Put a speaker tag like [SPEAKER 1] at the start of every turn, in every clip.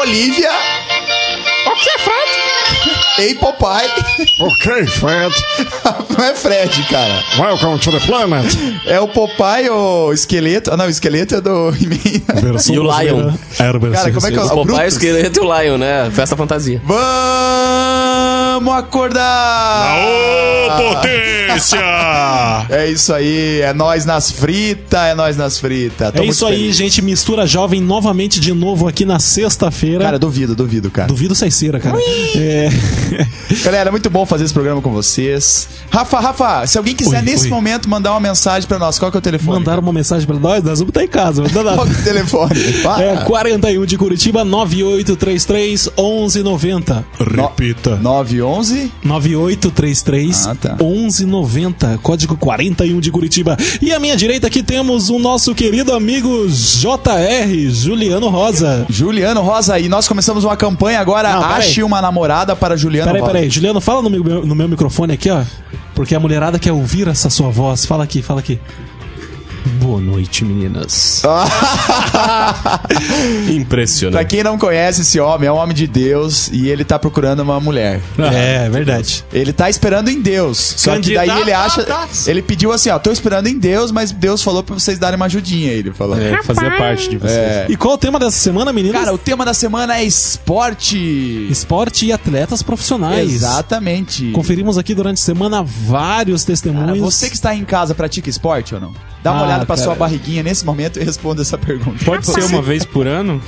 [SPEAKER 1] Olivia.
[SPEAKER 2] Ok,
[SPEAKER 3] é
[SPEAKER 2] Fred.
[SPEAKER 1] Ei, Popeye.
[SPEAKER 4] Ok, Fred.
[SPEAKER 1] Não é Fred, cara.
[SPEAKER 4] Welcome to the planet.
[SPEAKER 1] É o Popeye ou o esqueleto? Ah, não, o esqueleto é do He-Man.
[SPEAKER 4] Versão
[SPEAKER 2] E o Lion.
[SPEAKER 4] brasileira. Era
[SPEAKER 1] Cara, como é que é
[SPEAKER 2] O
[SPEAKER 1] o
[SPEAKER 2] Popeye, o
[SPEAKER 1] Brutus?
[SPEAKER 2] esqueleto e o Lion, né? Festa fantasia.
[SPEAKER 1] Vamos acordar!
[SPEAKER 4] Ô, potência!
[SPEAKER 1] É isso aí, é nós nas fritas, é nós nas fritas.
[SPEAKER 3] É isso aí, gente. Mistura Jovem novamente de novo aqui na sexta-feira.
[SPEAKER 1] Cara, duvido, duvido, cara.
[SPEAKER 3] Duvido sair cera, cara. É...
[SPEAKER 1] Galera, muito bom fazer esse programa com vocês. Rafa, Rafa, se alguém quiser
[SPEAKER 3] Oi,
[SPEAKER 1] nesse
[SPEAKER 3] oi.
[SPEAKER 1] momento mandar uma mensagem pra nós, qual que é o telefone?
[SPEAKER 3] Mandaram uma mensagem pra nós, nós vamos estar em casa. mas não dá
[SPEAKER 1] Qual
[SPEAKER 3] nada.
[SPEAKER 1] que é o telefone? Fala.
[SPEAKER 3] É 41 de Curitiba, 9833 1190.
[SPEAKER 4] Repita.
[SPEAKER 1] 911?
[SPEAKER 3] 9833
[SPEAKER 1] Ah, tá.
[SPEAKER 3] 1190, código 41 de Curitiba. E à minha direita aqui temos o nosso querido amigo JR Juliano Rosa.
[SPEAKER 1] Juliano Rosa, e nós começamos uma campanha agora.
[SPEAKER 3] Não, peraí.
[SPEAKER 1] ache uma namorada para Juliano
[SPEAKER 3] Peraí,
[SPEAKER 1] Rosa.
[SPEAKER 3] peraí, Juliano, fala no meu, no meu microfone aqui, ó. Porque a mulherada quer ouvir essa sua voz. Fala aqui, fala aqui. Boa noite, meninas.
[SPEAKER 1] Pra
[SPEAKER 5] Tá
[SPEAKER 2] Impressionante.
[SPEAKER 1] quem não conhece esse homem, é um homem de Deus e ele tá procurando uma mulher.
[SPEAKER 5] Ah.
[SPEAKER 3] É, verdade.
[SPEAKER 1] Ele tá esperando em Deus. Só que daí ele acha. Ele pediu assim, ó, tô esperando em Deus, mas Deus falou pra vocês darem uma ajudinha. Ele falou.
[SPEAKER 5] É, fazia parte de vocês.
[SPEAKER 1] É.
[SPEAKER 3] E qual o tema dessa semana, meninas?
[SPEAKER 1] Cara, o tema da semana é esporte.
[SPEAKER 3] Esporte e atletas
[SPEAKER 5] É
[SPEAKER 3] profissionais.
[SPEAKER 1] Exatamente.
[SPEAKER 3] Conferimos aqui durante a semana vários testemunhos.
[SPEAKER 1] Cara, você que está em casa pratica esporte ou não? Dá uma
[SPEAKER 3] Ah,
[SPEAKER 1] olhada pra
[SPEAKER 3] cara.
[SPEAKER 1] sua barriguinha nesse momento e responda essa pergunta.
[SPEAKER 5] Pode ser uma vez por ano?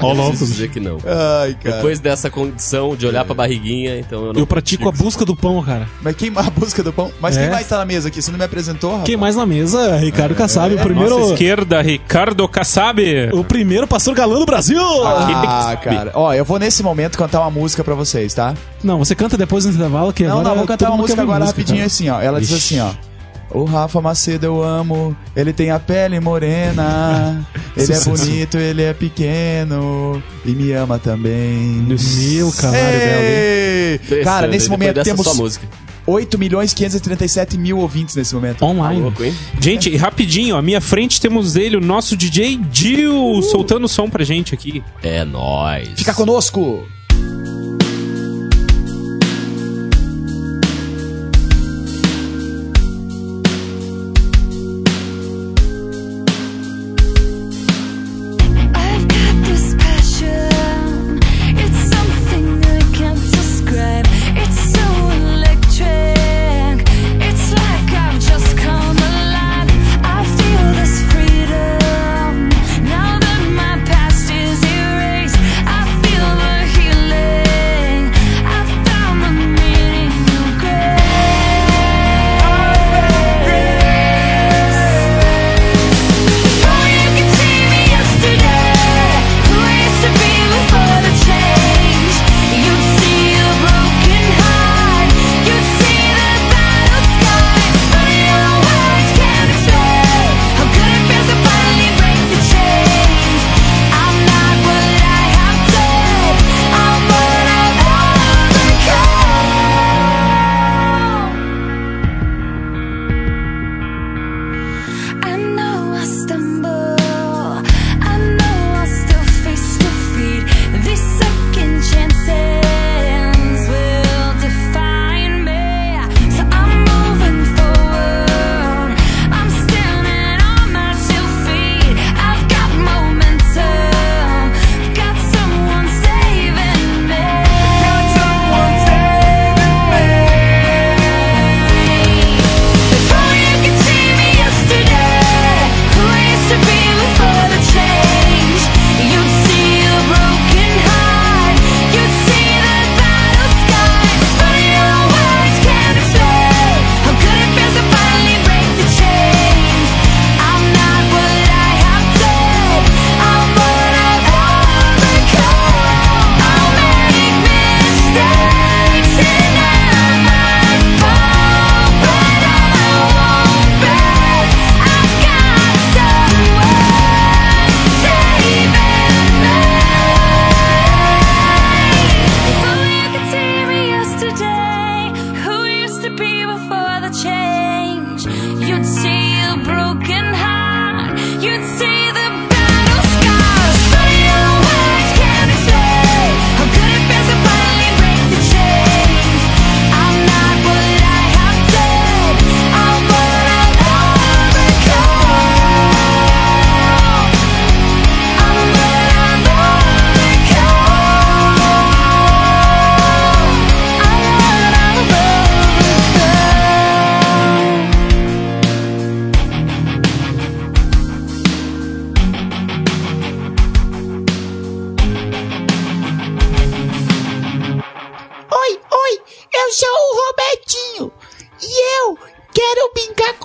[SPEAKER 4] Ó,
[SPEAKER 2] Não
[SPEAKER 4] louco.
[SPEAKER 2] preciso dizer que não.
[SPEAKER 1] Ai, cara.
[SPEAKER 2] Depois dessa condição de olhar pra barriguinha, então eu não.
[SPEAKER 3] Eu pratico a busca do pão, cara.
[SPEAKER 1] Mas quem a busca do pão? Mas
[SPEAKER 3] É.
[SPEAKER 1] quem mais tá na mesa aqui? Você não me apresentou, rapaz?
[SPEAKER 3] Quem mais na mesa?
[SPEAKER 1] É,
[SPEAKER 3] Ricardo Kassab, o primeiro.
[SPEAKER 5] Nossa esquerda, Ricardo Kassab.
[SPEAKER 3] O primeiro pastor galã do Brasil!
[SPEAKER 1] Ah, cara. Ó, eu vou nesse momento cantar uma música pra vocês, tá?
[SPEAKER 3] Não, você canta depois do intervalo, que
[SPEAKER 1] Não,
[SPEAKER 3] agora
[SPEAKER 1] não, vou
[SPEAKER 3] todo
[SPEAKER 1] cantar uma
[SPEAKER 3] mundo quer
[SPEAKER 1] música
[SPEAKER 3] ouvir
[SPEAKER 1] agora rapidinho
[SPEAKER 3] cara.
[SPEAKER 1] assim, ó. Ela diz assim, ó. O Rafa Macedo eu amo, ele tem a pele morena, ele é
[SPEAKER 3] Sucesso.
[SPEAKER 1] bonito, ele é pequeno e me ama também.
[SPEAKER 3] Meu canário dela, hein?
[SPEAKER 1] Ei! Cara,
[SPEAKER 2] Interessante,
[SPEAKER 1] nesse
[SPEAKER 2] depois
[SPEAKER 1] momento
[SPEAKER 2] dessa
[SPEAKER 1] temos
[SPEAKER 2] só música.
[SPEAKER 1] 8 milhões 537 mil ouvintes nesse momento.
[SPEAKER 2] Tá
[SPEAKER 3] Online.
[SPEAKER 2] louco, hein?
[SPEAKER 5] Gente, rapidinho, à minha frente temos ele, o nosso DJ Dil, soltando o som pra gente aqui.
[SPEAKER 2] É nóis.
[SPEAKER 1] Fica conosco!
[SPEAKER 6] I've got this passion. It's something I can't describe. It's so electric. It's like I've just come alive. I feel this freedom now that my past is erased. I feel the healing.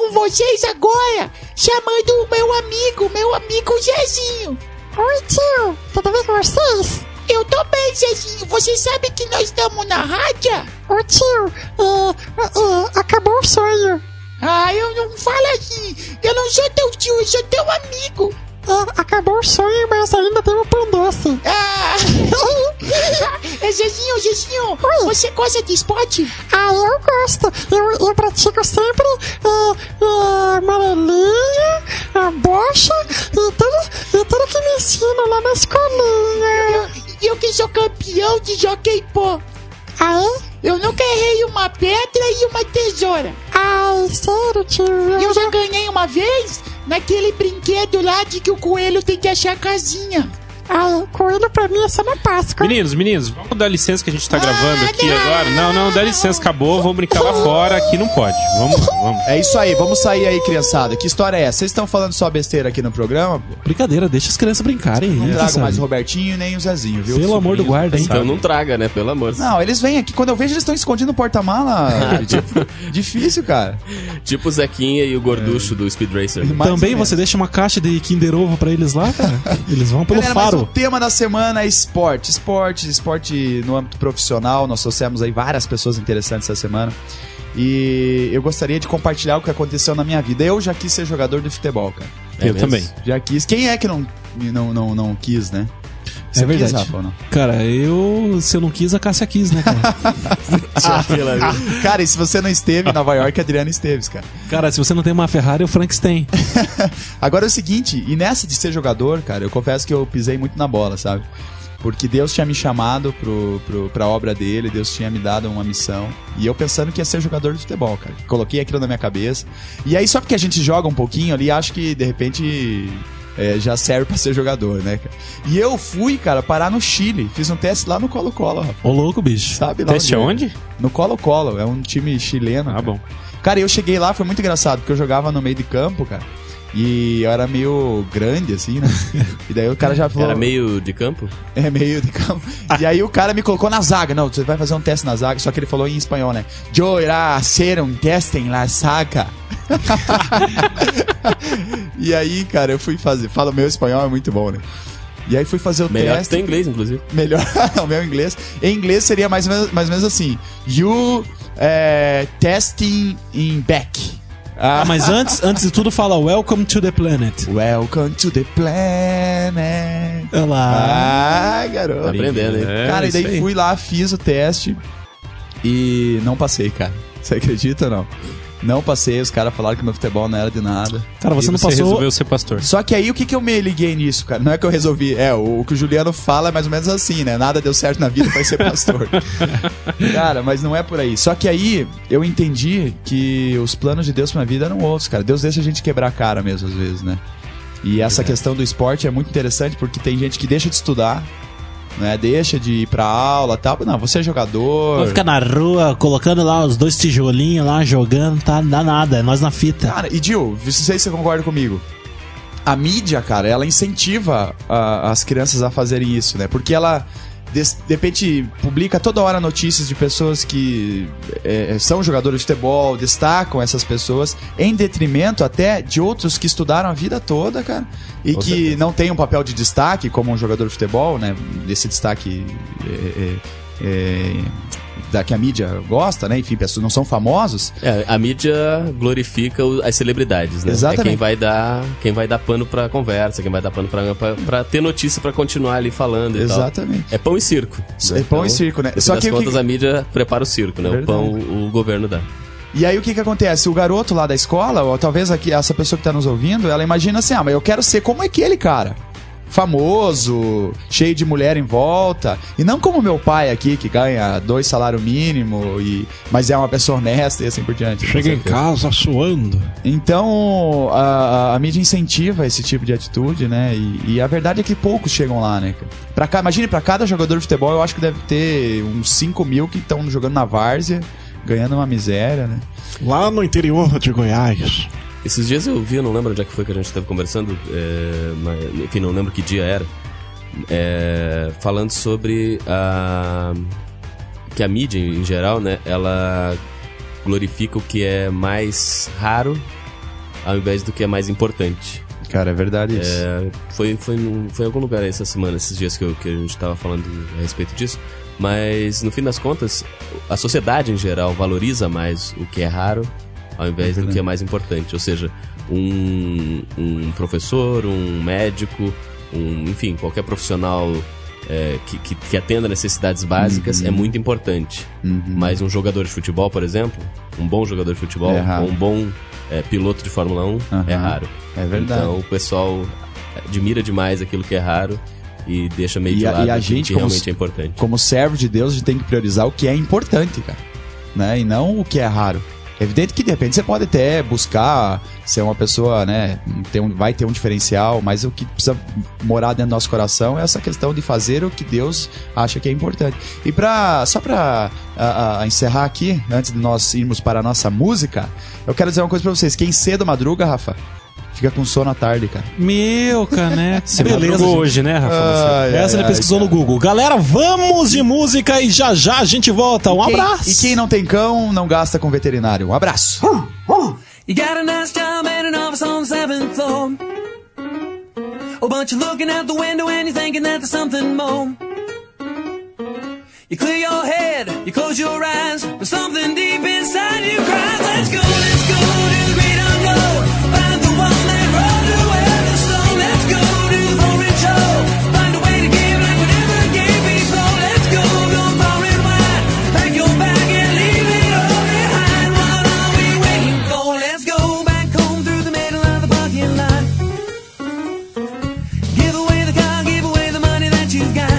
[SPEAKER 6] Oh,
[SPEAKER 7] agora, chamando o meu amigo, meu amigo Zezinho. Oi, tio, tudo bem com vocês? Eu tô bem, Zezinho. Você sabe que nós estamos na rádio? Ô, tio, Ah, acabou o sonho. Ah, eu não falo assim. Eu não sou teu tio, eu sou teu amigo. acabou o sonho, mas ainda tem um pão doce. Ah! É, Zezinho, Zezinho, você gosta de esporte? Ah, eu gosto. Eu, eu pratico sempre é, é, amarelinha, a bocha e Ah, tudo, e tudo que me ensino lá na escolinha. E eu que sou campeão de jockey pô. Ah, é? Eu nunca errei uma pedra e uma tesoura. Ai, sério, tio? Eu, já ganhei uma vez naquele brinquedo lá de que o coelho tem que achar a casinha. Ai, coelho pra mim é só na Páscoa.
[SPEAKER 5] Meninos, meninos, vamos dar licença que a gente tá gravando
[SPEAKER 7] Ah,
[SPEAKER 5] aqui agora. Não, não, dá licença, acabou, vamos brincar lá fora, aqui não pode. Vamos, vamos.
[SPEAKER 1] É isso aí, vamos sair aí, criançada. Que história é essa? Vocês estão falando só besteira aqui no programa?
[SPEAKER 3] Brincadeira, deixa as crianças brincarem.
[SPEAKER 1] Não
[SPEAKER 3] né,
[SPEAKER 1] trago
[SPEAKER 3] sabe?
[SPEAKER 1] mais o Robertinho nem o Zezinho, viu?
[SPEAKER 3] Pelo amor do guarda, hein?
[SPEAKER 2] Então não traga, né? Pelo amor.
[SPEAKER 1] Não, eles vêm aqui. Quando eu vejo, eles estão escondendo o porta-mala.
[SPEAKER 3] Ah,
[SPEAKER 1] tipo, difícil, cara.
[SPEAKER 2] Tipo o Zequinha e o gorducho do Speed Racer. né?
[SPEAKER 1] Mais
[SPEAKER 3] Também
[SPEAKER 1] ou menos.
[SPEAKER 3] você deixa uma caixa de Kinder Ovo pra eles lá, cara. Eles vão pelo
[SPEAKER 1] Galera, mas o
[SPEAKER 3] faro.
[SPEAKER 1] tema da semana é esporte. Esporte, esporte no âmbito profissional. Nós trouxemos aí várias pessoas interessantes essa semana. E eu gostaria de compartilhar o que aconteceu na minha vida. Eu já quis ser jogador de futebol, cara.
[SPEAKER 2] É mesmo?
[SPEAKER 1] Já quis. Quem é que não, não, não, não quis, né? Você quis,
[SPEAKER 3] É verdade.
[SPEAKER 1] Rafa, ou não?
[SPEAKER 3] Cara, eu. Se eu não quis, a Cássia quis, né, cara?
[SPEAKER 1] Assim,
[SPEAKER 2] Ah,
[SPEAKER 1] Cara, e se você não esteve em Nova York, Adriano Esteves, cara.
[SPEAKER 3] cara, se você não tem uma Ferrari, o Franks tem.
[SPEAKER 1] Agora é o seguinte, e nessa de ser jogador, cara, eu confesso que eu pisei muito na bola, sabe? Porque Deus tinha me chamado pro, pro, pra obra dele, Deus tinha me dado uma missão. E eu pensando que ia ser jogador de futebol, cara. Coloquei aquilo na minha cabeça. E aí, só porque a gente joga um pouquinho ali, acho que de repente é, já serve pra ser jogador, né, cara? E eu fui, cara, parar no Chile. Fiz um teste lá no Colo-Colo, rapaz.
[SPEAKER 3] Ô, louco, bicho.
[SPEAKER 1] Sabe lá
[SPEAKER 5] Teste aonde?
[SPEAKER 1] No Colo-Colo, é um time chileno.
[SPEAKER 5] Ah,
[SPEAKER 1] cara.
[SPEAKER 5] bom.
[SPEAKER 1] Cara, eu cheguei lá, foi muito engraçado, porque eu jogava no meio de campo, cara. E eu era meio grande, assim, né? E daí o cara já falou.
[SPEAKER 2] Era meio Ah. de campo?
[SPEAKER 1] É meio de campo. E aí o cara me colocou na zaga. Não, você vai fazer um teste na zaga, só que ele falou em espanhol, né? Yo irá hacer un teste en la saca. e aí, cara, eu fui fazer. Fala, meu espanhol é muito bom, né? E aí fui fazer o
[SPEAKER 2] Melhor que
[SPEAKER 1] teste
[SPEAKER 2] tem inglês, inclusive.
[SPEAKER 1] melhor o meu inglês. Em inglês seria mais ou menos, mais ou menos assim: You é, testing in back.
[SPEAKER 3] Ah, mas antes, antes de tudo, fala Welcome to the Planet.
[SPEAKER 1] Welcome to the planet.
[SPEAKER 3] Olha lá.
[SPEAKER 1] Ah, garoto.
[SPEAKER 2] Tá aprendendo, hein?
[SPEAKER 5] É,
[SPEAKER 1] né? cara, e
[SPEAKER 5] isso
[SPEAKER 1] daí
[SPEAKER 5] aí.
[SPEAKER 1] fui lá, fiz o teste e não passei, cara. Você acredita ou não? Não passei, os caras falaram que meu futebol não era de nada.
[SPEAKER 3] Cara, você
[SPEAKER 5] E
[SPEAKER 3] não passou.
[SPEAKER 5] resolveu ser pastor.
[SPEAKER 1] Só que aí o que, que eu me liguei nisso, cara? Não é que eu resolvi. É, o, o que o Juliano fala é mais ou menos assim, né? Nada deu certo na vida, vai ser pastor. cara, mas não é por aí. Só que aí eu entendi que os planos de Deus pra minha vida eram outros, cara. Deus deixa a gente quebrar a cara mesmo, às vezes, né? E essa questão do esporte é muito interessante porque tem gente que deixa de estudar. Né, deixa de ir pra aula e tal. Não, você é jogador.
[SPEAKER 3] Vai ficar na rua colocando lá os dois tijolinhos lá, jogando, tá? Dá nada, é nós na fita.
[SPEAKER 1] Cara, e Dil, não sei se você concorda comigo. A mídia, cara, ela incentiva a- as crianças a fazerem isso, né? Porque ela, de, de repente, publica toda hora notícias de pessoas que é, são jogadores de futebol, destacam essas pessoas, em detrimento até de outros que estudaram a vida toda, cara, e que não têm um papel de destaque como um jogador de futebol, né? Desse destaque. é, é, é, da que a mídia gosta, né? Enfim, pessoas não são famosos,
[SPEAKER 2] É, a mídia glorifica o- as celebridades, né?
[SPEAKER 1] Exatamente.
[SPEAKER 2] É quem vai dar, quem vai dar pano pra conversa, quem vai dar pano pra, pra, pra ter notícia pra continuar ali falando e tal.
[SPEAKER 1] Exatamente.
[SPEAKER 2] É pão e circo. Então,
[SPEAKER 1] É pão e circo, né? Só
[SPEAKER 2] Só
[SPEAKER 1] que
[SPEAKER 2] que
[SPEAKER 1] o que-
[SPEAKER 2] contas, a mídia prepara o circo, né? O
[SPEAKER 1] Verdade.
[SPEAKER 2] pão o governo dá.
[SPEAKER 1] E aí o que que acontece? O garoto lá da escola, ou talvez aqui essa pessoa que tá nos ouvindo, ela imagina assim: "Ah, mas eu quero ser como aquele cara. Famoso, cheio de mulher em volta, e não como meu pai aqui que ganha dois salários mínimo e mas é uma pessoa honesta e assim por diante.
[SPEAKER 4] Chega em casa suando.
[SPEAKER 1] Então, a, a- a mídia incentiva esse tipo de atitude, né? E, e a verdade é que poucos chegam lá, né? cara? Pra cá, imagine, pra cada jogador de futebol, eu acho que deve ter uns 5 mil que estão jogando na várzea, ganhando uma miséria, né?
[SPEAKER 4] Lá no interior de Goiás.
[SPEAKER 2] Esses dias eu vi, eu não lembro onde é que foi que a gente estava conversando, é, mas, enfim, não lembro que dia era, é, falando sobre a, que a mídia em geral, né, ela glorifica o que é mais raro, ao invés do que é mais importante.
[SPEAKER 1] Cara, é verdade isso.
[SPEAKER 2] É, foi, foi, num- foi em algum lugar essa semana, esses dias que, eu- que a gente estava falando a respeito disso. Mas, no fim das contas, a sociedade em geral valoriza mais o que é raro ao invés do que é mais importante. Ou seja, um, um professor, um médico, um, enfim, qualquer profissional é, que, que, que atenda necessidades básicas
[SPEAKER 1] Uhum.
[SPEAKER 2] é muito importante. Mas um jogador de futebol, por exemplo, um bom jogador de futebol
[SPEAKER 1] É raro.
[SPEAKER 2] ou um bom é, piloto de Fórmula 1 é
[SPEAKER 1] Aham.
[SPEAKER 2] raro.
[SPEAKER 1] É verdade.
[SPEAKER 2] Então o pessoal admira demais aquilo que é raro e deixa meio
[SPEAKER 1] E
[SPEAKER 2] de
[SPEAKER 1] a-
[SPEAKER 2] lado
[SPEAKER 1] e a
[SPEAKER 2] aquilo
[SPEAKER 1] gente
[SPEAKER 2] que
[SPEAKER 1] como
[SPEAKER 2] realmente
[SPEAKER 1] se-
[SPEAKER 2] é importante.
[SPEAKER 1] Como servo de Deus, a gente tem que priorizar o que é importante, cara. Né? E não o que é raro. É evidente que de repente você pode até buscar ser uma pessoa, né? Ter um, vai ter um diferencial, mas o que precisa morar dentro do nosso coração é essa questão de fazer o que Deus acha que é importante. E pra, só pra a- a- encerrar aqui, antes de nós irmos para a nossa música, eu quero dizer uma coisa pra vocês. Quem cedo madruga, Rafa, fica com sono à tarde, cara.
[SPEAKER 3] Meu caneco. Beleza.
[SPEAKER 8] Madrugou
[SPEAKER 3] gente. Ah,
[SPEAKER 8] hoje, né, Rafa?
[SPEAKER 1] Ai,
[SPEAKER 3] Essa
[SPEAKER 1] ai,
[SPEAKER 3] ele
[SPEAKER 1] ai,
[SPEAKER 3] pesquisou
[SPEAKER 1] cara.
[SPEAKER 3] no Google. Galera, vamos de música e já já a gente volta. Um
[SPEAKER 1] Quem-
[SPEAKER 3] abraço.
[SPEAKER 1] E quem não tem cão, não gasta com veterinário. Um abraço.
[SPEAKER 9] You got a nice job at an office on the seventh floor. Oh, but you're looking out the window and you're thinking that there's something more. You clear your head, you close your eyes, but something deep inside you cries, let's go, let's go to the great unknown. Find the one that rolled away the stone. Let's go to the foreign show. Find a way to give like we never gave before. Let's go, go far and wide. Pack your bag and leave it all behind. What are we waiting for? Let's go back home through the middle of the parking lot. Give away the car, give away the money that you've got.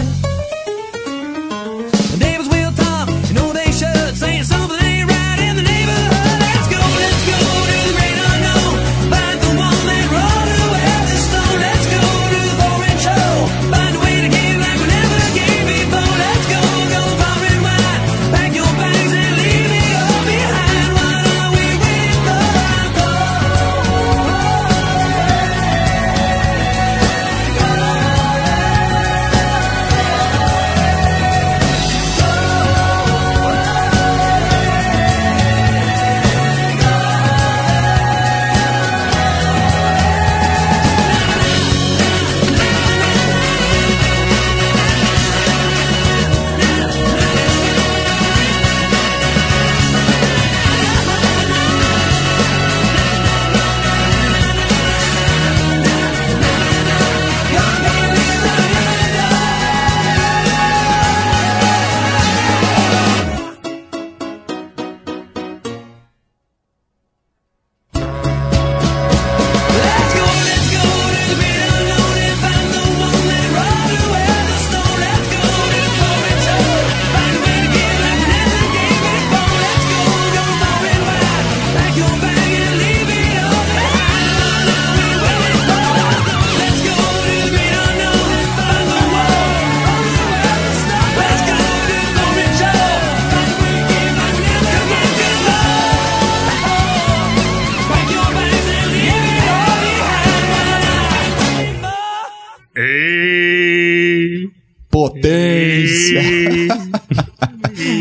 [SPEAKER 9] The neighbors will talk, you know they should, saying something ain't right in the neighborhood. Let's go, let's go to the great unknown. Find the one that rolled away the stone. Let's go to the foreign show. Find a way to give like we never gave before. Let's go, go far and wide. Pack your bags and leave it all behind. What are we waiting for? Let's go, let's go to the great unknown and find the one that rolled away the stone. Let's go to the foreign show. Find a way to give like we never gave before. Let's go, go far and wide. Pack your bag and leave it all behind. What are we waiting for? Let's go to the great unknown and find the one the stone. Let's go to the foreign show. Find a way to give like we never gave before. Pack your bags and leave it all behind. What are we waiting for?
[SPEAKER 1] Potência!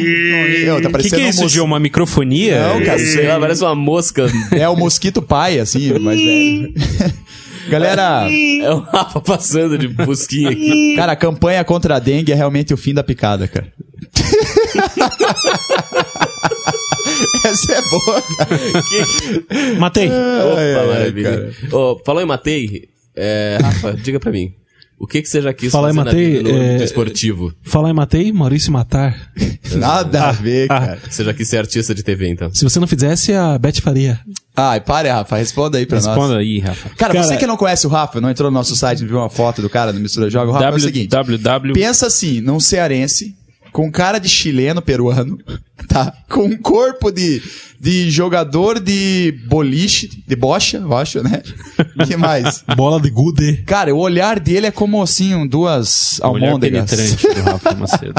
[SPEAKER 1] Meu, tá
[SPEAKER 8] O que,
[SPEAKER 1] parecendo
[SPEAKER 8] que é
[SPEAKER 1] um
[SPEAKER 8] isso,
[SPEAKER 1] mos-
[SPEAKER 8] Gil? Uma microfonia?
[SPEAKER 1] Não, cara,
[SPEAKER 2] Sei lá, parece uma mosca.
[SPEAKER 1] é o mosquito pai, assim, mais velho. Galera,
[SPEAKER 2] é o Rafa passando de busquinha aqui.
[SPEAKER 1] cara, a campanha contra a dengue é realmente o fim da picada, cara. Essa é boa.
[SPEAKER 3] Matei.
[SPEAKER 1] Ah.
[SPEAKER 2] Opa,
[SPEAKER 1] ai,
[SPEAKER 2] maravilha. Ô, falou em matei, é, Rafa, diga pra mim. O que, que você já quis
[SPEAKER 3] Falar em
[SPEAKER 2] fazer
[SPEAKER 3] matei,
[SPEAKER 2] na vida no
[SPEAKER 3] é-
[SPEAKER 2] âmbito esportivo?
[SPEAKER 3] Falar em matei, Maurício matar.
[SPEAKER 1] Nada a
[SPEAKER 8] Ah,
[SPEAKER 1] ver, cara.
[SPEAKER 2] Você já quis ser artista de TV, então?
[SPEAKER 3] Se você não fizesse, a Beth faria.
[SPEAKER 1] Ai, pare, Rafa, responda aí pra nós.
[SPEAKER 8] Responda aí, Rafa.
[SPEAKER 1] Cara,
[SPEAKER 3] Cara-
[SPEAKER 1] você que não conhece o Rafa, não entrou no nosso site e viu uma foto do cara do Mistura Joga, o Rafa é o seguinte.
[SPEAKER 8] www.
[SPEAKER 1] Pensa assim, num cearense, com cara de chileno peruano, tá? Com um corpo de, de jogador de boliche, de bocha, eu acho, né? que mais?
[SPEAKER 3] Bola de gude.
[SPEAKER 1] Cara, o olhar dele é como assim, um, duas
[SPEAKER 8] Olhar
[SPEAKER 1] almôndegas.
[SPEAKER 8] penetrante
[SPEAKER 3] né,
[SPEAKER 8] do Rafa Macedo.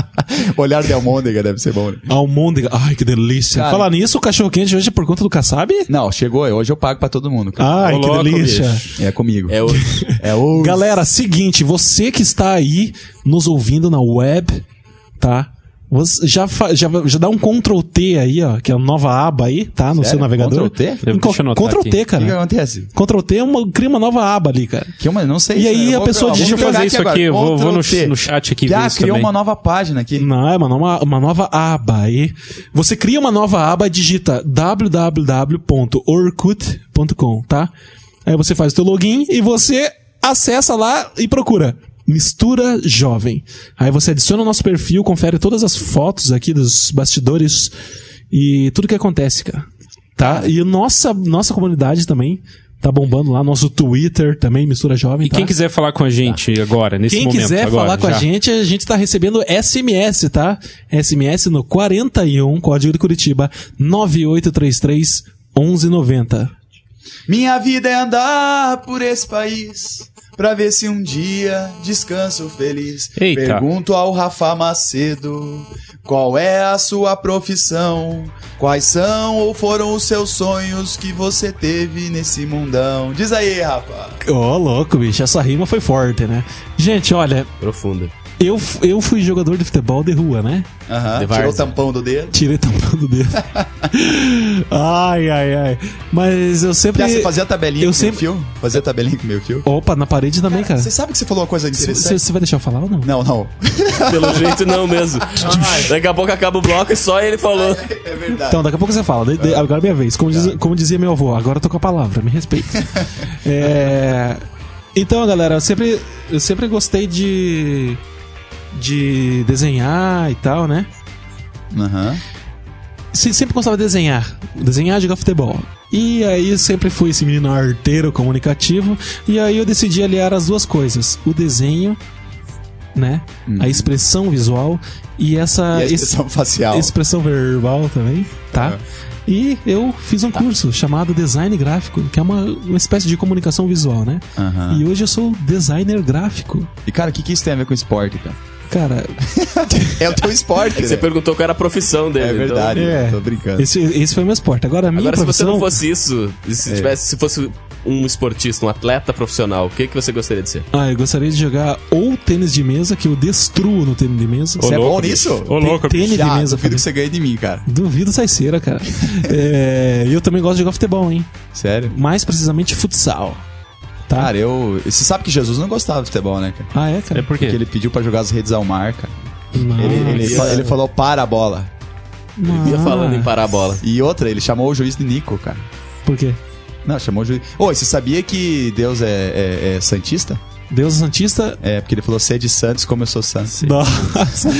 [SPEAKER 1] olhar de almôndega deve ser bom, né?
[SPEAKER 3] Almôndega. Ai, que delícia.
[SPEAKER 1] Cara.
[SPEAKER 3] Falar nisso, o cachorro quente hoje é por conta do Kassab?
[SPEAKER 1] Não, chegou, hoje eu pago pra todo mundo, cara.
[SPEAKER 5] Ah.
[SPEAKER 3] Ai,
[SPEAKER 8] Ô,
[SPEAKER 3] que
[SPEAKER 8] louco,
[SPEAKER 3] delícia.
[SPEAKER 8] bicho.
[SPEAKER 1] É comigo.
[SPEAKER 2] É o...
[SPEAKER 1] É o...
[SPEAKER 3] Galera, seguinte, você que está aí nos ouvindo na web, tá? Você já, fa- já, já dá um Ctrl T aí, ó, que é a nova aba aí, tá? No
[SPEAKER 1] Sério?
[SPEAKER 3] seu navegador.
[SPEAKER 1] Ctrl T?
[SPEAKER 5] Eu-
[SPEAKER 3] Em co-
[SPEAKER 5] deixa eu anotar
[SPEAKER 3] Ctrl T,
[SPEAKER 5] aqui.
[SPEAKER 1] O que, que
[SPEAKER 3] cara.
[SPEAKER 1] acontece?
[SPEAKER 3] Ctrl T é uma, cria uma nova aba ali, cara.
[SPEAKER 1] Que eu mano, não sei.
[SPEAKER 3] E aí
[SPEAKER 1] Eu
[SPEAKER 3] a pessoa
[SPEAKER 1] vamos
[SPEAKER 3] digita-
[SPEAKER 5] Deixa eu
[SPEAKER 1] pegar
[SPEAKER 5] fazer isso aqui, eu vou, vou no,
[SPEAKER 1] Ctrl+T.
[SPEAKER 5] no chat aqui ver
[SPEAKER 1] Ah,
[SPEAKER 5] isso
[SPEAKER 1] criou
[SPEAKER 5] também.
[SPEAKER 1] uma nova página aqui.
[SPEAKER 3] Não, é uma nova, uma nova aba aí. Você cria uma nova aba e digita www.orkut.com, tá? Aí você faz o teu login e você acessa lá e procura Mistura Jovem. Aí você adiciona o nosso perfil, confere todas as fotos aqui dos bastidores e tudo que acontece, cara. Tá? E nossa, nossa comunidade também tá bombando lá, nosso Twitter também, Mistura Jovem.
[SPEAKER 5] E
[SPEAKER 3] tá?
[SPEAKER 5] quem quiser falar com a gente agora, nesse
[SPEAKER 3] Quem
[SPEAKER 5] momento.
[SPEAKER 3] quiser
[SPEAKER 5] agora,
[SPEAKER 3] falar com
[SPEAKER 5] já.
[SPEAKER 3] a gente, a gente tá recebendo SMS, tá? SMS no 41, código de Curitiba, 9833 1190.
[SPEAKER 1] Minha vida é andar por esse país pra ver se um dia descanso feliz.
[SPEAKER 5] Eita.
[SPEAKER 1] Pergunto ao Rafa Macedo qual é a sua profissão, quais são ou foram os seus sonhos que você teve nesse mundão. Diz aí, Rafa.
[SPEAKER 3] Ô, louco, bicho, essa rima foi forte, né? Gente, olha,
[SPEAKER 2] Profunda.
[SPEAKER 3] eu, f- eu fui jogador de futebol de rua, né?
[SPEAKER 1] Aham,
[SPEAKER 2] De
[SPEAKER 1] tirou o
[SPEAKER 2] várzea.
[SPEAKER 1] tampão do dedo.
[SPEAKER 3] Tirei tampando o dedo. ai, ai, ai. Mas eu sempre.
[SPEAKER 1] Ah, você fazia tabelinha
[SPEAKER 3] eu
[SPEAKER 1] com
[SPEAKER 3] sempre-
[SPEAKER 1] meu fio? Fazia tabelinha com meu fio?
[SPEAKER 3] Opa, na parede também, cara.
[SPEAKER 1] Você É. sabe que você falou uma coisa
[SPEAKER 3] Você
[SPEAKER 1] interessante?
[SPEAKER 3] você vai deixar eu falar ou não?
[SPEAKER 1] Não, não.
[SPEAKER 2] Pelo jeito, não mesmo. Daqui a pouco acaba o bloco e só ele falou.
[SPEAKER 1] É verdade.
[SPEAKER 3] Então, daqui a pouco você fala. De- de- Agora é minha vez. Como, diz- como dizia meu avô, agora eu tô com a palavra, me respeita. É, Então, galera, eu sempre, eu sempre gostei de. de desenhar e tal, né?
[SPEAKER 1] Aham.
[SPEAKER 3] Se- Sempre gostava de desenhar. Desenhar, jogar futebol. E aí eu sempre fui esse menino arteiro, comunicativo. E aí eu decidi aliar as duas coisas. O desenho, né? A expressão visual e essa...
[SPEAKER 1] E a
[SPEAKER 3] esse-
[SPEAKER 1] expressão facial.
[SPEAKER 3] Expressão verbal também, tá? E eu fiz um curso chamado Design Gráfico, que é uma, uma espécie de comunicação visual, né?
[SPEAKER 1] Aham.
[SPEAKER 3] E hoje eu sou designer gráfico.
[SPEAKER 1] E cara, o que, que isso tem a ver com esporte, cara?
[SPEAKER 3] Cara,
[SPEAKER 1] É o teu esporte,
[SPEAKER 2] Você
[SPEAKER 1] né?
[SPEAKER 2] perguntou qual era a profissão dele.
[SPEAKER 1] É
[SPEAKER 2] então-
[SPEAKER 1] verdade,
[SPEAKER 3] É.
[SPEAKER 1] eu tô brincando.
[SPEAKER 3] esse, esse foi o meu esporte. Agora a minha
[SPEAKER 2] Agora, se você
[SPEAKER 3] profissão...
[SPEAKER 2] não fosse isso, e se,
[SPEAKER 1] É.
[SPEAKER 2] tivesse, se fosse um esportista, um atleta profissional, o que, que você gostaria de ser?
[SPEAKER 3] Ah, eu gostaria de jogar ou tênis de mesa, que eu destruo no tênis de mesa.
[SPEAKER 5] Ô,
[SPEAKER 1] Você é
[SPEAKER 5] louco,
[SPEAKER 1] bom
[SPEAKER 5] bicho.
[SPEAKER 1] nisso?
[SPEAKER 5] Ô, louco, bicho.
[SPEAKER 3] tênis de
[SPEAKER 1] Já,
[SPEAKER 3] mesa,
[SPEAKER 1] duvido
[SPEAKER 3] falei.
[SPEAKER 1] que você ganhe de mim, cara.
[SPEAKER 3] Duvido sai cera, cara. É, E eu também gosto de jogar futebol, hein?
[SPEAKER 1] Sério?
[SPEAKER 3] Mais precisamente futsal. Tá?
[SPEAKER 1] Cara, eu... Você sabe que Jesus não gostava de futebol, né, cara?
[SPEAKER 3] Ah, é, cara?
[SPEAKER 5] É por
[SPEAKER 1] Porque
[SPEAKER 5] quê?
[SPEAKER 1] ele pediu pra jogar as redes ao mar, cara.
[SPEAKER 3] Nossa.
[SPEAKER 1] Ele, ele, fa- ele falou para a bola.
[SPEAKER 2] Ele ia falando em parar a bola.
[SPEAKER 1] Ah. E outra, ele chamou o juiz de Nico, cara.
[SPEAKER 3] Por quê?
[SPEAKER 1] Não, chamou o juiz... Ô, e você sabia que Deus é, é- é santista?
[SPEAKER 3] Deus Santista
[SPEAKER 1] É, porque ele falou, sede santos como eu sou santo.
[SPEAKER 3] Nossa.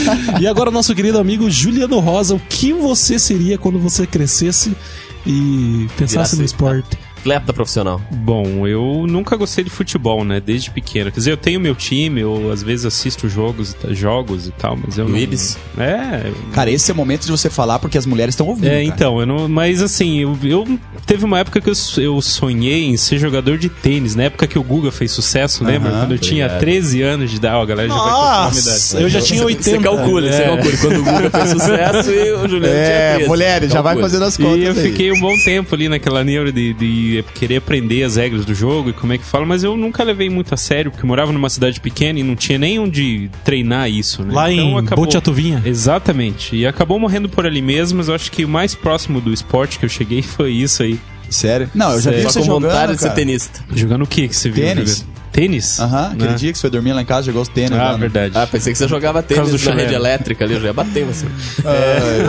[SPEAKER 3] e agora, nosso querido amigo Juliano Rosa, o que você seria quando você crescesse e pensasse
[SPEAKER 2] Virasse.
[SPEAKER 3] no esporte?
[SPEAKER 2] Atleta profissional.
[SPEAKER 5] Bom, eu nunca gostei de futebol, né? Desde pequeno. Quer dizer, eu tenho meu time, eu às vezes assisto jogos, e ta- jogos e tal, mas eu
[SPEAKER 1] Hum.
[SPEAKER 2] No
[SPEAKER 5] não...
[SPEAKER 2] Ibis?
[SPEAKER 5] É,
[SPEAKER 1] Cara, esse é o momento de você falar porque as mulheres estão ouvindo,
[SPEAKER 5] é
[SPEAKER 1] cara.
[SPEAKER 5] então, eu não... Mas assim, eu, eu- Teve uma época que eu, s- eu sonhei em ser jogador de tênis, na época que o Guga fez sucesso, lembra?
[SPEAKER 1] Aham,
[SPEAKER 5] Quando eu tinha
[SPEAKER 2] ligado.
[SPEAKER 5] 13 anos de idade. Ó, a galera já vai calcular a minha idade.
[SPEAKER 3] eu já tinha
[SPEAKER 2] Você
[SPEAKER 3] 80.
[SPEAKER 2] calcula, você calcula. Quando o Guga fez sucesso e o Juliano tinha
[SPEAKER 1] É,
[SPEAKER 2] treze. Então
[SPEAKER 1] mulheres, já vai
[SPEAKER 2] Calcula.
[SPEAKER 1] fazendo as contas
[SPEAKER 5] E eu
[SPEAKER 1] aí.
[SPEAKER 5] fiquei um bom tempo ali naquela neura de, de querer aprender as regras do jogo e como é que fala, mas eu nunca levei muito a sério, porque eu morava numa cidade pequena e não tinha nem onde treinar isso, né?
[SPEAKER 3] Lá
[SPEAKER 5] então,
[SPEAKER 3] em
[SPEAKER 5] acabou...
[SPEAKER 3] Botiatuvinha.
[SPEAKER 5] Exatamente. E acabou morrendo por ali mesmo, mas eu acho que o mais próximo do esporte que eu cheguei foi isso aí.
[SPEAKER 1] Sério? Não, eu já vi
[SPEAKER 2] Só
[SPEAKER 1] você
[SPEAKER 2] tá com
[SPEAKER 1] jogando,
[SPEAKER 2] vontade de ser
[SPEAKER 1] cara.
[SPEAKER 2] tenista.
[SPEAKER 5] Jogando o que que você viu?
[SPEAKER 1] Tênis.
[SPEAKER 5] jogando? Tênis?
[SPEAKER 1] Aham, aquele
[SPEAKER 5] Né?
[SPEAKER 1] dia que você foi dormir lá em casa, jogou os tênis. lá,
[SPEAKER 5] Ah,
[SPEAKER 1] né?
[SPEAKER 5] verdade.
[SPEAKER 2] Ah, pensei que você jogava
[SPEAKER 5] Caso do
[SPEAKER 2] tênis na
[SPEAKER 5] chulé.
[SPEAKER 2] rede elétrica ali, eu já ia bater em você.
[SPEAKER 1] É.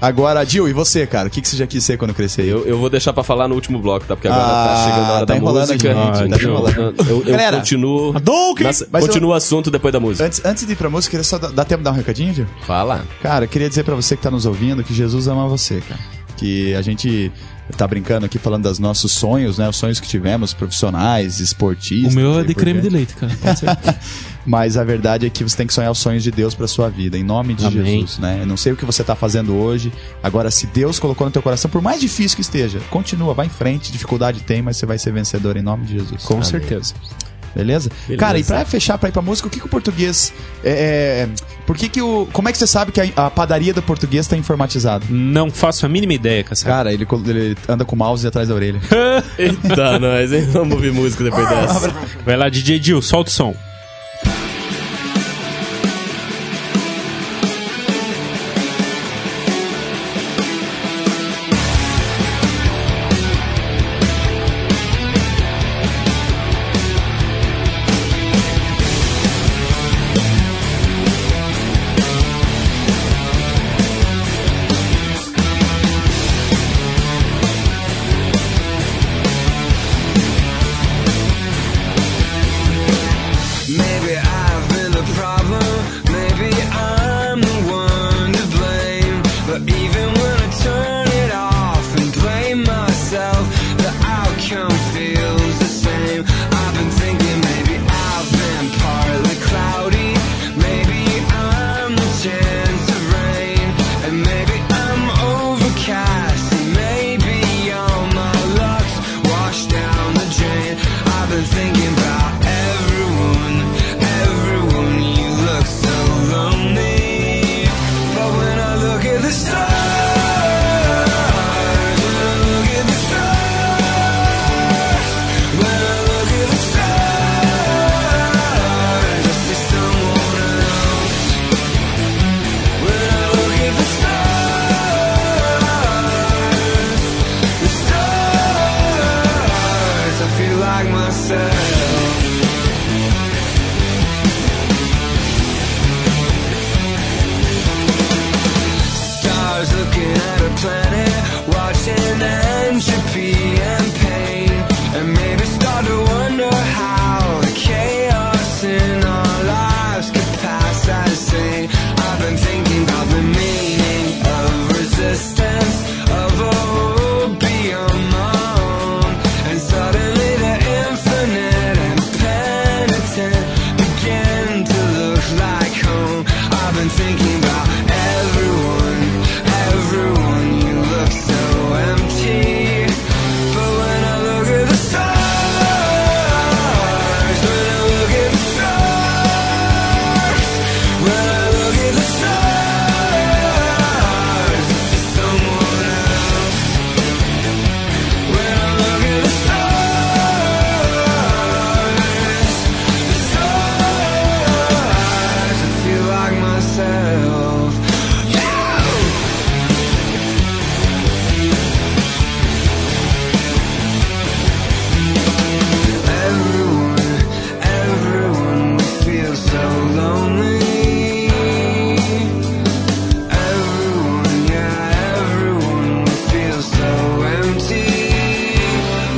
[SPEAKER 1] Agora, Gil, e você, cara? O que, que você já quis ser quando crescer?
[SPEAKER 2] Eu, eu vou deixar pra falar no último bloco, tá? Porque agora
[SPEAKER 1] Ah,
[SPEAKER 2] tá chegando a hora
[SPEAKER 1] tá
[SPEAKER 2] da
[SPEAKER 1] enrolando
[SPEAKER 2] música.
[SPEAKER 1] aqui,
[SPEAKER 5] gente, tá
[SPEAKER 1] enrolando.
[SPEAKER 2] eu, eu
[SPEAKER 1] Galera,
[SPEAKER 2] continuo.
[SPEAKER 3] Hadouken!
[SPEAKER 2] Nossa,
[SPEAKER 1] Mas eu-
[SPEAKER 2] continua o assunto depois da música.
[SPEAKER 1] Antes, antes de ir pra música, queria só dar, dar tempo de dar um recadinho, Gil?
[SPEAKER 2] Fala.
[SPEAKER 1] Cara, eu queria dizer pra você que tá nos ouvindo que Jesus ama você, cara. Que a gente tá brincando aqui falando dos nossos sonhos, né? Os sonhos que tivemos, profissionais, esportistas.
[SPEAKER 3] O meu
[SPEAKER 1] e
[SPEAKER 3] é de
[SPEAKER 1] por
[SPEAKER 3] creme de
[SPEAKER 1] diante.
[SPEAKER 3] leite, cara. Pode ser.
[SPEAKER 1] Mas a verdade é que você tem que sonhar os sonhos de Deus pra sua vida, em nome de
[SPEAKER 5] Amém.
[SPEAKER 1] Jesus, né? Eu não sei o que você tá fazendo hoje. Agora, se Deus colocou no teu coração, por mais difícil que esteja, continua, vai em frente. Dificuldade tem, mas você vai ser vencedor em nome de Jesus.
[SPEAKER 5] Com
[SPEAKER 1] Amém.
[SPEAKER 5] certeza.
[SPEAKER 1] Beleza? Cara, e pra fechar, pra ir pra música, o que, que o português. É, é, por que, que o. Como é que você sabe que a, a padaria do português tá informatizada?
[SPEAKER 5] Não faço a mínima ideia, Cassandra.
[SPEAKER 1] Cara, ele, col- ele anda com o mouse atrás da orelha.
[SPEAKER 2] Eita, nós, hein? Vamos ouvir
[SPEAKER 1] Ah,
[SPEAKER 2] música depois dessa.
[SPEAKER 5] Vai lá, DJ Dil, solta o som.
[SPEAKER 6] Thank
[SPEAKER 9] outcome feels the same. I've been thinking maybe I've been partly cloudy. Maybe I'm the chance of rain. And maybe I'm overcast. And maybe all my luck's washed down the drain. I've been thinking about everyone, everyone. You look so lonely. But when I look at the stars, when I look at the stars, when I look at the stars, I see someone else. When I look at the stars, the stars, I feel like myself. stars looking at a planet, watching entropy and pain, and maybe start to wonder how the chaos in our lives could pass as sane. I've been thinking about the meaning of resistance, of a hope beyond my own, and suddenly the infinite and penitent began to look like home. I've been thinking about everyone, everyone. You look so empty. But when I look at the stars, when I look at the stars, when I look at the stars, I see someone else. When I look at the stars, the stars, I feel like myself. Yeah! Everyone, everyone will feel so lonely. Everyone, yeah, everyone will feel so empty.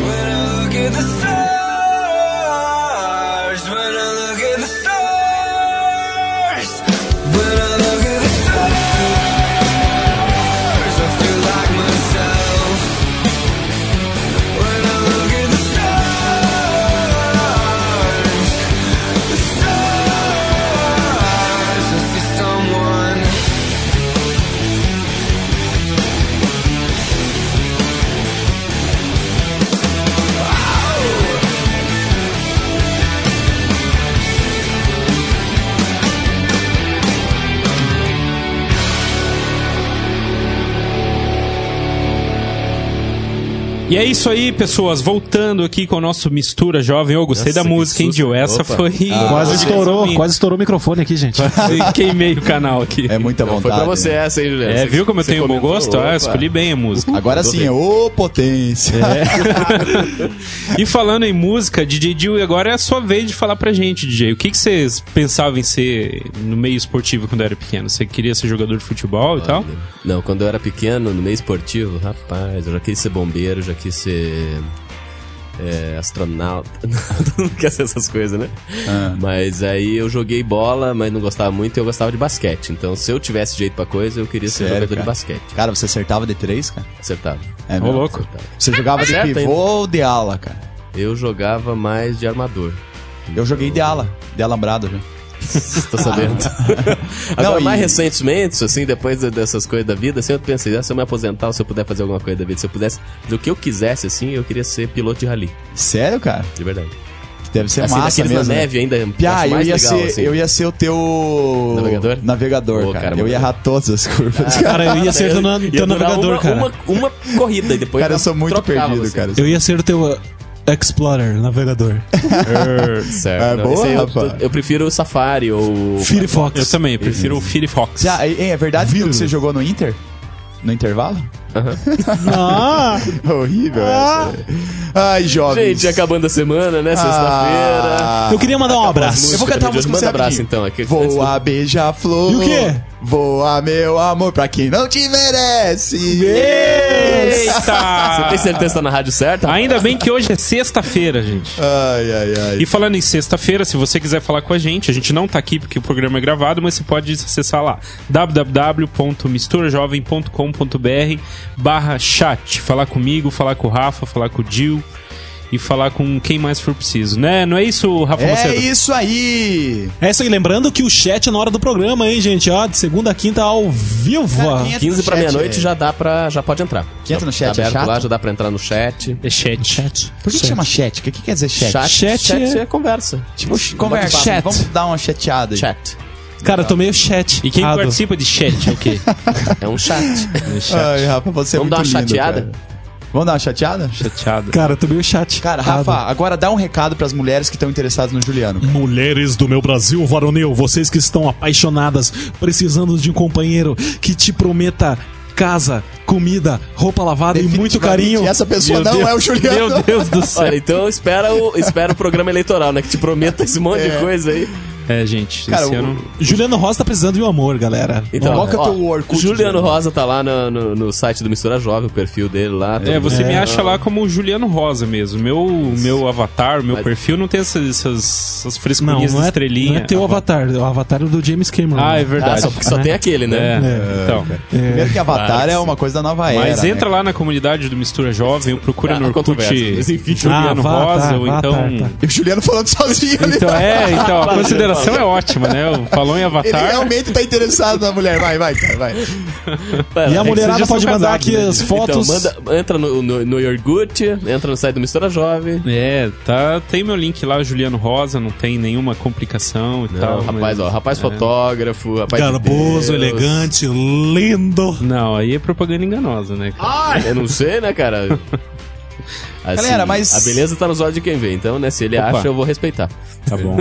[SPEAKER 9] When I look at the stars, when I look at the stars, when I look at the stars, I feel like myself. When I look at the stars, the stars, I see someone.
[SPEAKER 5] E é isso aí, pessoas. Voltando aqui com o nosso Mistura Jovem. Eu gostei
[SPEAKER 2] Nossa,
[SPEAKER 5] da
[SPEAKER 2] que
[SPEAKER 5] música, hein,
[SPEAKER 2] susto.
[SPEAKER 5] Gil? Essa
[SPEAKER 2] Opa. Ah,
[SPEAKER 5] foi.
[SPEAKER 3] Quase estourou,
[SPEAKER 5] Minha.
[SPEAKER 3] quase estourou o microfone aqui, gente.
[SPEAKER 5] Queimei o canal aqui.
[SPEAKER 1] É muita vontade.
[SPEAKER 2] Foi pra você
[SPEAKER 1] né?
[SPEAKER 2] essa, hein, Juliano?
[SPEAKER 5] É,
[SPEAKER 2] Você-
[SPEAKER 5] viu como eu
[SPEAKER 2] você
[SPEAKER 5] tenho bom
[SPEAKER 2] comentou,
[SPEAKER 5] gosto? Ah,
[SPEAKER 2] opa.
[SPEAKER 5] eu escolhi bem a música.
[SPEAKER 1] Agora sim, é ô potência.
[SPEAKER 5] E falando em música, DJ Jill, agora é a sua vez de falar pra gente, DJ. O que que vocês pensavam em ser no meio esportivo quando era pequeno? Você queria ser jogador de futebol e tal?
[SPEAKER 2] Não, quando eu era pequeno, no meio esportivo, rapaz, eu já quis ser bombeiro, já quis ser. é, astronauta. Não quer ser essas coisas, né?
[SPEAKER 1] Ah.
[SPEAKER 2] Mas aí eu joguei bola, mas não gostava muito e eu gostava de basquete. Então, se eu tivesse jeito pra coisa, eu queria ser
[SPEAKER 1] Sério,
[SPEAKER 2] jogador
[SPEAKER 1] cara?
[SPEAKER 2] de basquete.
[SPEAKER 1] Cara, você acertava de três, cara?
[SPEAKER 2] Acertava.
[SPEAKER 1] É,
[SPEAKER 5] Ô,
[SPEAKER 1] mesmo?
[SPEAKER 5] louco.
[SPEAKER 1] Você jogava de
[SPEAKER 2] Tá Certo
[SPEAKER 1] pivô
[SPEAKER 2] ainda.
[SPEAKER 1] ou de ala, cara?
[SPEAKER 2] Eu jogava mais de armador.
[SPEAKER 1] Eu joguei de ala, de alambrado, viu?
[SPEAKER 2] Tô sabendo. Agora,
[SPEAKER 1] Ah. Não, e-
[SPEAKER 2] mais recentemente, assim, depois de- dessas coisas da vida, assim, eu pensei, ah, se eu me aposentar, se eu puder fazer alguma coisa da vida, se eu pudesse, do que eu quisesse, assim, eu queria ser piloto de rally,
[SPEAKER 1] Sério, cara?
[SPEAKER 2] de verdade.
[SPEAKER 1] Que Deve ser
[SPEAKER 2] assim,
[SPEAKER 1] massa
[SPEAKER 2] daqueles
[SPEAKER 1] mesmo.
[SPEAKER 2] na
[SPEAKER 1] né?
[SPEAKER 2] neve ainda,
[SPEAKER 1] Piá,
[SPEAKER 2] acho
[SPEAKER 1] eu
[SPEAKER 2] mais
[SPEAKER 1] ia,
[SPEAKER 2] legal,
[SPEAKER 1] ser,
[SPEAKER 2] assim.
[SPEAKER 1] eu ia ser o teu.
[SPEAKER 2] Navegador?
[SPEAKER 1] Navegador,
[SPEAKER 2] Pô,
[SPEAKER 1] cara.
[SPEAKER 2] cara, Ah,
[SPEAKER 1] Eu ia
[SPEAKER 2] mano.
[SPEAKER 1] errar todas as curvas. cara,
[SPEAKER 3] Cara, eu ia ser teu, na-
[SPEAKER 2] Ia
[SPEAKER 3] teu
[SPEAKER 2] durar
[SPEAKER 3] navegador,
[SPEAKER 2] uma,
[SPEAKER 3] cara.
[SPEAKER 2] Uma, uma corrida e depois.
[SPEAKER 1] Cara, eu
[SPEAKER 2] já
[SPEAKER 1] sou muito
[SPEAKER 2] trocava,
[SPEAKER 1] perdido,
[SPEAKER 2] assim.
[SPEAKER 1] cara.
[SPEAKER 3] Eu ia ser o teu uh, Explorer, navegador.
[SPEAKER 2] Certo.
[SPEAKER 1] É
[SPEAKER 2] não,
[SPEAKER 1] boa,
[SPEAKER 2] esse aí eu-
[SPEAKER 1] rapaz.
[SPEAKER 2] eu, prefiro o Safari ou.
[SPEAKER 3] Firefox.
[SPEAKER 5] Eu também, eu prefiro o Firefox.
[SPEAKER 1] Já, é, é verdade que você jogou no Inter? No intervalo?
[SPEAKER 3] Ah,
[SPEAKER 1] Horrível essa. Ai, jovens.
[SPEAKER 2] Gente, acabando a semana, né? Sexta-feira.
[SPEAKER 1] Ah,
[SPEAKER 3] eu queria mandar um abraço.
[SPEAKER 1] Eu vou cantar uma música
[SPEAKER 2] Manda
[SPEAKER 1] com você
[SPEAKER 2] abraço,
[SPEAKER 1] rapidinho.
[SPEAKER 2] então. Aqui, antes do-
[SPEAKER 1] Voa, beija-flor.
[SPEAKER 3] E o quê?
[SPEAKER 1] Voa, meu amor, pra quem não te merece.
[SPEAKER 2] Você
[SPEAKER 5] Eita!
[SPEAKER 2] tem certeza que tá na rádio
[SPEAKER 1] Ah,
[SPEAKER 2] certa?
[SPEAKER 5] Ainda bem que hoje é sexta-feira, gente.
[SPEAKER 1] Ai, ai, ai.
[SPEAKER 5] E falando em sexta-feira, se você quiser falar com a gente, a gente não tá aqui porque o programa é gravado, mas você pode acessar lá www.misturajovem.com.br barra chat. Falar comigo, falar com o Rafa, falar com o Dil. e falar com quem mais for preciso, né? Não é isso, Rafa
[SPEAKER 1] É
[SPEAKER 5] Macedo?
[SPEAKER 1] isso aí!
[SPEAKER 3] É isso aí, lembrando que o chat é na hora do programa, hein, gente? Ó, de segunda a quinta ao vivo.
[SPEAKER 1] Cara, quem entra
[SPEAKER 2] 15
[SPEAKER 1] no
[SPEAKER 2] pra
[SPEAKER 1] chat
[SPEAKER 2] meia-noite
[SPEAKER 1] é-
[SPEAKER 2] já dá pra. já pode entrar.
[SPEAKER 1] Quem entra no chat
[SPEAKER 2] tá
[SPEAKER 1] é
[SPEAKER 2] aberto
[SPEAKER 1] chato?
[SPEAKER 2] lá, já dá pra entrar no chat.
[SPEAKER 5] É chat.
[SPEAKER 3] Chat.
[SPEAKER 1] Por que, que chama chat? O que, que quer dizer chat?
[SPEAKER 2] Chat,
[SPEAKER 3] Chat
[SPEAKER 2] chat
[SPEAKER 3] é-
[SPEAKER 2] é conversa.
[SPEAKER 1] Tipo, conversa.
[SPEAKER 3] Chat.
[SPEAKER 1] Vamos dar uma chateada aí.
[SPEAKER 2] Chat.
[SPEAKER 3] Cara, eu tô meio chat.
[SPEAKER 5] E quem participa de chat é o quê?
[SPEAKER 2] É um chat.
[SPEAKER 5] É chat.
[SPEAKER 1] Ai, Rafa, você
[SPEAKER 2] Vamos
[SPEAKER 1] é
[SPEAKER 2] dar uma
[SPEAKER 1] muito lindo,
[SPEAKER 2] chateada?
[SPEAKER 1] cara. Vamos dar uma chateada?
[SPEAKER 5] Chateado.
[SPEAKER 3] Cara, eu tô meio chat.
[SPEAKER 1] Cara, Rafa, agora dá um recado pras mulheres que estão interessadas no Juliano.
[SPEAKER 3] Mulheres do meu Brasil varonil, vocês que estão apaixonadas, precisando de um companheiro que te prometa casa, comida, roupa lavada e muito carinho.
[SPEAKER 1] E essa pessoa
[SPEAKER 5] Meu
[SPEAKER 1] não
[SPEAKER 5] Deus.
[SPEAKER 1] é o Juliano.
[SPEAKER 5] Meu Deus do
[SPEAKER 2] Olha,
[SPEAKER 5] céu.
[SPEAKER 2] então espera o, espera o programa eleitoral, né? Que te prometa esse monte de coisa aí.
[SPEAKER 5] É, gente,
[SPEAKER 1] Cara,
[SPEAKER 5] esse
[SPEAKER 1] o-
[SPEAKER 5] ano...
[SPEAKER 3] Juliano Rosa tá precisando de um amor, galera.
[SPEAKER 2] Então,
[SPEAKER 1] Coloca
[SPEAKER 2] ó,
[SPEAKER 1] teu Orkut,
[SPEAKER 2] Juliano
[SPEAKER 1] Juliano.
[SPEAKER 2] Rosa tá lá no, no, no site do Mistura Jovem, o perfil dele lá. todo
[SPEAKER 5] É, você
[SPEAKER 2] mundo-
[SPEAKER 5] me acha lá como o Juliano Rosa mesmo. Meu, meu avatar, meu
[SPEAKER 2] Mas-
[SPEAKER 5] perfil não tem essas, essas, essas
[SPEAKER 3] Não,
[SPEAKER 5] frescurinhas
[SPEAKER 3] não
[SPEAKER 5] de
[SPEAKER 3] é,
[SPEAKER 5] estrelinha.
[SPEAKER 3] não é teu avatar, é o avatar do James Cameron. né?
[SPEAKER 5] Ah, é
[SPEAKER 2] Ah,
[SPEAKER 5] verdade.
[SPEAKER 2] só porque só tem aquele,
[SPEAKER 5] É,
[SPEAKER 2] né?
[SPEAKER 5] então.
[SPEAKER 1] Primeiro que Avatar
[SPEAKER 2] Claro,
[SPEAKER 1] é
[SPEAKER 2] sim.
[SPEAKER 1] uma coisa da nova era.
[SPEAKER 5] Mas entra
[SPEAKER 1] né?
[SPEAKER 5] lá na comunidade do Mistura Jovem, procura
[SPEAKER 2] Ah,
[SPEAKER 5] no Orkut
[SPEAKER 2] controvérsias, mas enfim.
[SPEAKER 5] Juliano
[SPEAKER 3] Ah, vá,
[SPEAKER 5] Rosa,
[SPEAKER 3] tá,
[SPEAKER 5] ou
[SPEAKER 3] vá,
[SPEAKER 5] então...
[SPEAKER 3] tá, tá.
[SPEAKER 1] E o Juliano falando sozinho ali.
[SPEAKER 5] Então, é, então, a consideração é ótima, né? Falou em
[SPEAKER 1] Ele
[SPEAKER 5] Avatar.
[SPEAKER 2] é um
[SPEAKER 1] realmente tá interessado na mulher. Vai, vai, cara, vai.
[SPEAKER 2] Vai
[SPEAKER 3] E
[SPEAKER 2] lá. né?
[SPEAKER 3] a mulherada
[SPEAKER 5] já
[SPEAKER 3] pode
[SPEAKER 5] são
[SPEAKER 3] mandar
[SPEAKER 5] casados,
[SPEAKER 3] aqui
[SPEAKER 5] né,
[SPEAKER 3] as
[SPEAKER 2] Então,
[SPEAKER 3] fotos.
[SPEAKER 2] manda, entra no, no, no Orkut, entra no site do Mistura Jovem.
[SPEAKER 5] É, tá, tem meu link lá, Juliano Rosa, não tem nenhuma complicação e
[SPEAKER 2] Não, Então,
[SPEAKER 5] tal.
[SPEAKER 2] rapaz,
[SPEAKER 5] Tá, mas-
[SPEAKER 2] ó, rapaz
[SPEAKER 5] é.
[SPEAKER 2] fotógrafo, rapaz. de
[SPEAKER 3] Garboso,
[SPEAKER 2] Deus.
[SPEAKER 3] elegante, lindo.
[SPEAKER 5] Não, aí é propaganda enganosa, né? cara?
[SPEAKER 2] Ai, eu não sei, né, cara? Assim,
[SPEAKER 1] Galera, mas-
[SPEAKER 2] A beleza tá nos olhos de quem vê, então, né? Se ele
[SPEAKER 5] Opa.
[SPEAKER 2] acha, eu vou respeitar.
[SPEAKER 5] Tá bom.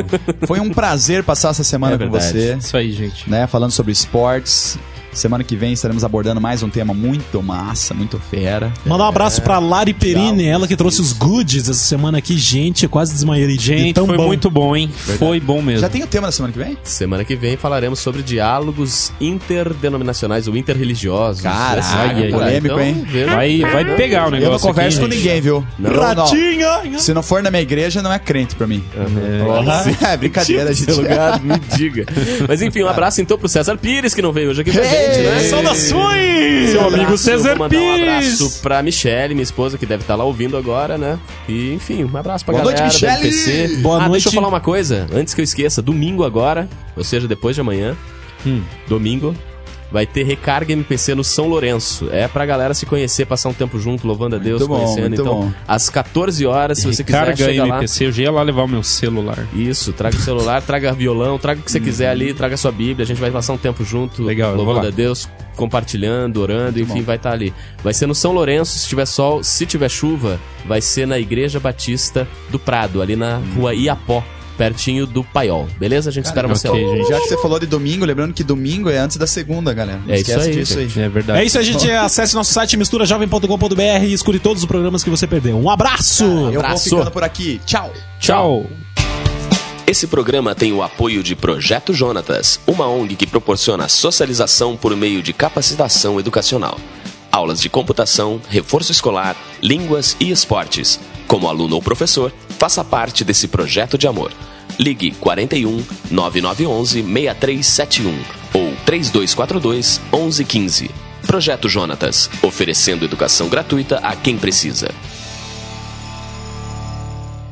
[SPEAKER 1] Foi um prazer passar essa semana
[SPEAKER 2] É
[SPEAKER 1] com
[SPEAKER 2] verdade.
[SPEAKER 1] você,
[SPEAKER 5] Isso aí, gente.
[SPEAKER 1] né? Falando sobre esportes. Semana que vem estaremos abordando mais um tema muito massa, muito fera.
[SPEAKER 3] Mandar um abraço pra Lari Perini, ela que trouxe os goodies essa semana aqui, gente. Eu quase desmaiei de
[SPEAKER 5] Gente,
[SPEAKER 3] tão
[SPEAKER 5] foi
[SPEAKER 3] bom.
[SPEAKER 5] muito bom, hein? Foi bom mesmo.
[SPEAKER 1] Já tem o tema da semana que vem?
[SPEAKER 2] Semana que vem falaremos sobre diálogos interdenominacionais ou interreligiosos.
[SPEAKER 1] Caraca,
[SPEAKER 2] Essa é área aí.
[SPEAKER 1] polêmico, hein?
[SPEAKER 2] veja-
[SPEAKER 5] Vai, vai pegar o negócio.
[SPEAKER 1] Eu não converso
[SPEAKER 5] aqui,
[SPEAKER 1] com
[SPEAKER 5] gente.
[SPEAKER 1] ninguém, viu?
[SPEAKER 2] Não.
[SPEAKER 1] Eu não.
[SPEAKER 3] Ratinha!
[SPEAKER 1] Se não for na minha igreja, não é crente pra mim. É, brincadeira, gente.
[SPEAKER 2] Seu lugar, me diga. Mas enfim, um abraço então pro César Pires, que não veio hoje aqui pra gente, né?
[SPEAKER 1] Ei!
[SPEAKER 3] Saudações!
[SPEAKER 2] Seu amigo
[SPEAKER 5] César
[SPEAKER 2] mandar Um
[SPEAKER 5] Pires.
[SPEAKER 2] abraço pra Michelle, minha esposa, que deve estar lá ouvindo agora, né? E, enfim, um abraço pra
[SPEAKER 1] Boa
[SPEAKER 2] galera
[SPEAKER 1] noite,
[SPEAKER 2] da
[SPEAKER 1] Michele.
[SPEAKER 2] MPC.
[SPEAKER 3] Boa
[SPEAKER 2] ah,
[SPEAKER 3] noite.
[SPEAKER 2] deixa eu falar uma coisa, antes que eu esqueça. Domingo agora, ou seja, depois de amanhã,
[SPEAKER 1] Hum.
[SPEAKER 2] domingo, vai ter Recarga MPC no São Lourenço. É pra galera se conhecer, passar um tempo junto, louvando a Deus,
[SPEAKER 1] bom,
[SPEAKER 2] conhecendo.
[SPEAKER 1] muito
[SPEAKER 2] então,
[SPEAKER 1] bom.
[SPEAKER 2] às 14 horas, se você quiser,
[SPEAKER 5] Carga
[SPEAKER 2] chega lá.
[SPEAKER 5] MPC, eu já ia lá levar o meu celular.
[SPEAKER 2] Isso, traga o celular, traga violão, traga o que você quiser ali, traga sua Bíblia, a gente vai passar um tempo junto,
[SPEAKER 5] Uhum. Legal, eu vou
[SPEAKER 2] louvando
[SPEAKER 5] lá.
[SPEAKER 2] a Deus, compartilhando, orando, enfim, vai estar ali. Vai ser no São Lourenço, se tiver sol, se tiver chuva, vai ser na Igreja Batista do Prado, ali na
[SPEAKER 5] Uhum.
[SPEAKER 2] rua Iapó, pertinho do Paiol. Beleza? A gente espera você
[SPEAKER 5] ok,
[SPEAKER 2] lá.
[SPEAKER 5] gente.
[SPEAKER 1] Já que você falou de domingo, lembrando que domingo é antes da segunda, galera. Não
[SPEAKER 2] É isso
[SPEAKER 1] esquece
[SPEAKER 2] aí,
[SPEAKER 1] disso aí.
[SPEAKER 5] É verdade.
[SPEAKER 3] É isso, a gente acesse nosso site misturajovem.com.br e escute todos os programas que você perdeu. Um abraço!
[SPEAKER 1] Eu vou
[SPEAKER 2] Abraço.
[SPEAKER 1] ficando por aqui. Tchau.
[SPEAKER 5] Tchau.
[SPEAKER 10] Esse programa tem o apoio de Projeto Jonatas, uma ONG que proporciona socialização por meio de capacitação educacional. Aulas de computação, reforço escolar, línguas e esportes. Como aluno ou professor, faça parte desse projeto de amor. Ligue 41 9911 6371 ou 3242 1115. Projeto Jonatas, oferecendo educação gratuita a quem precisa.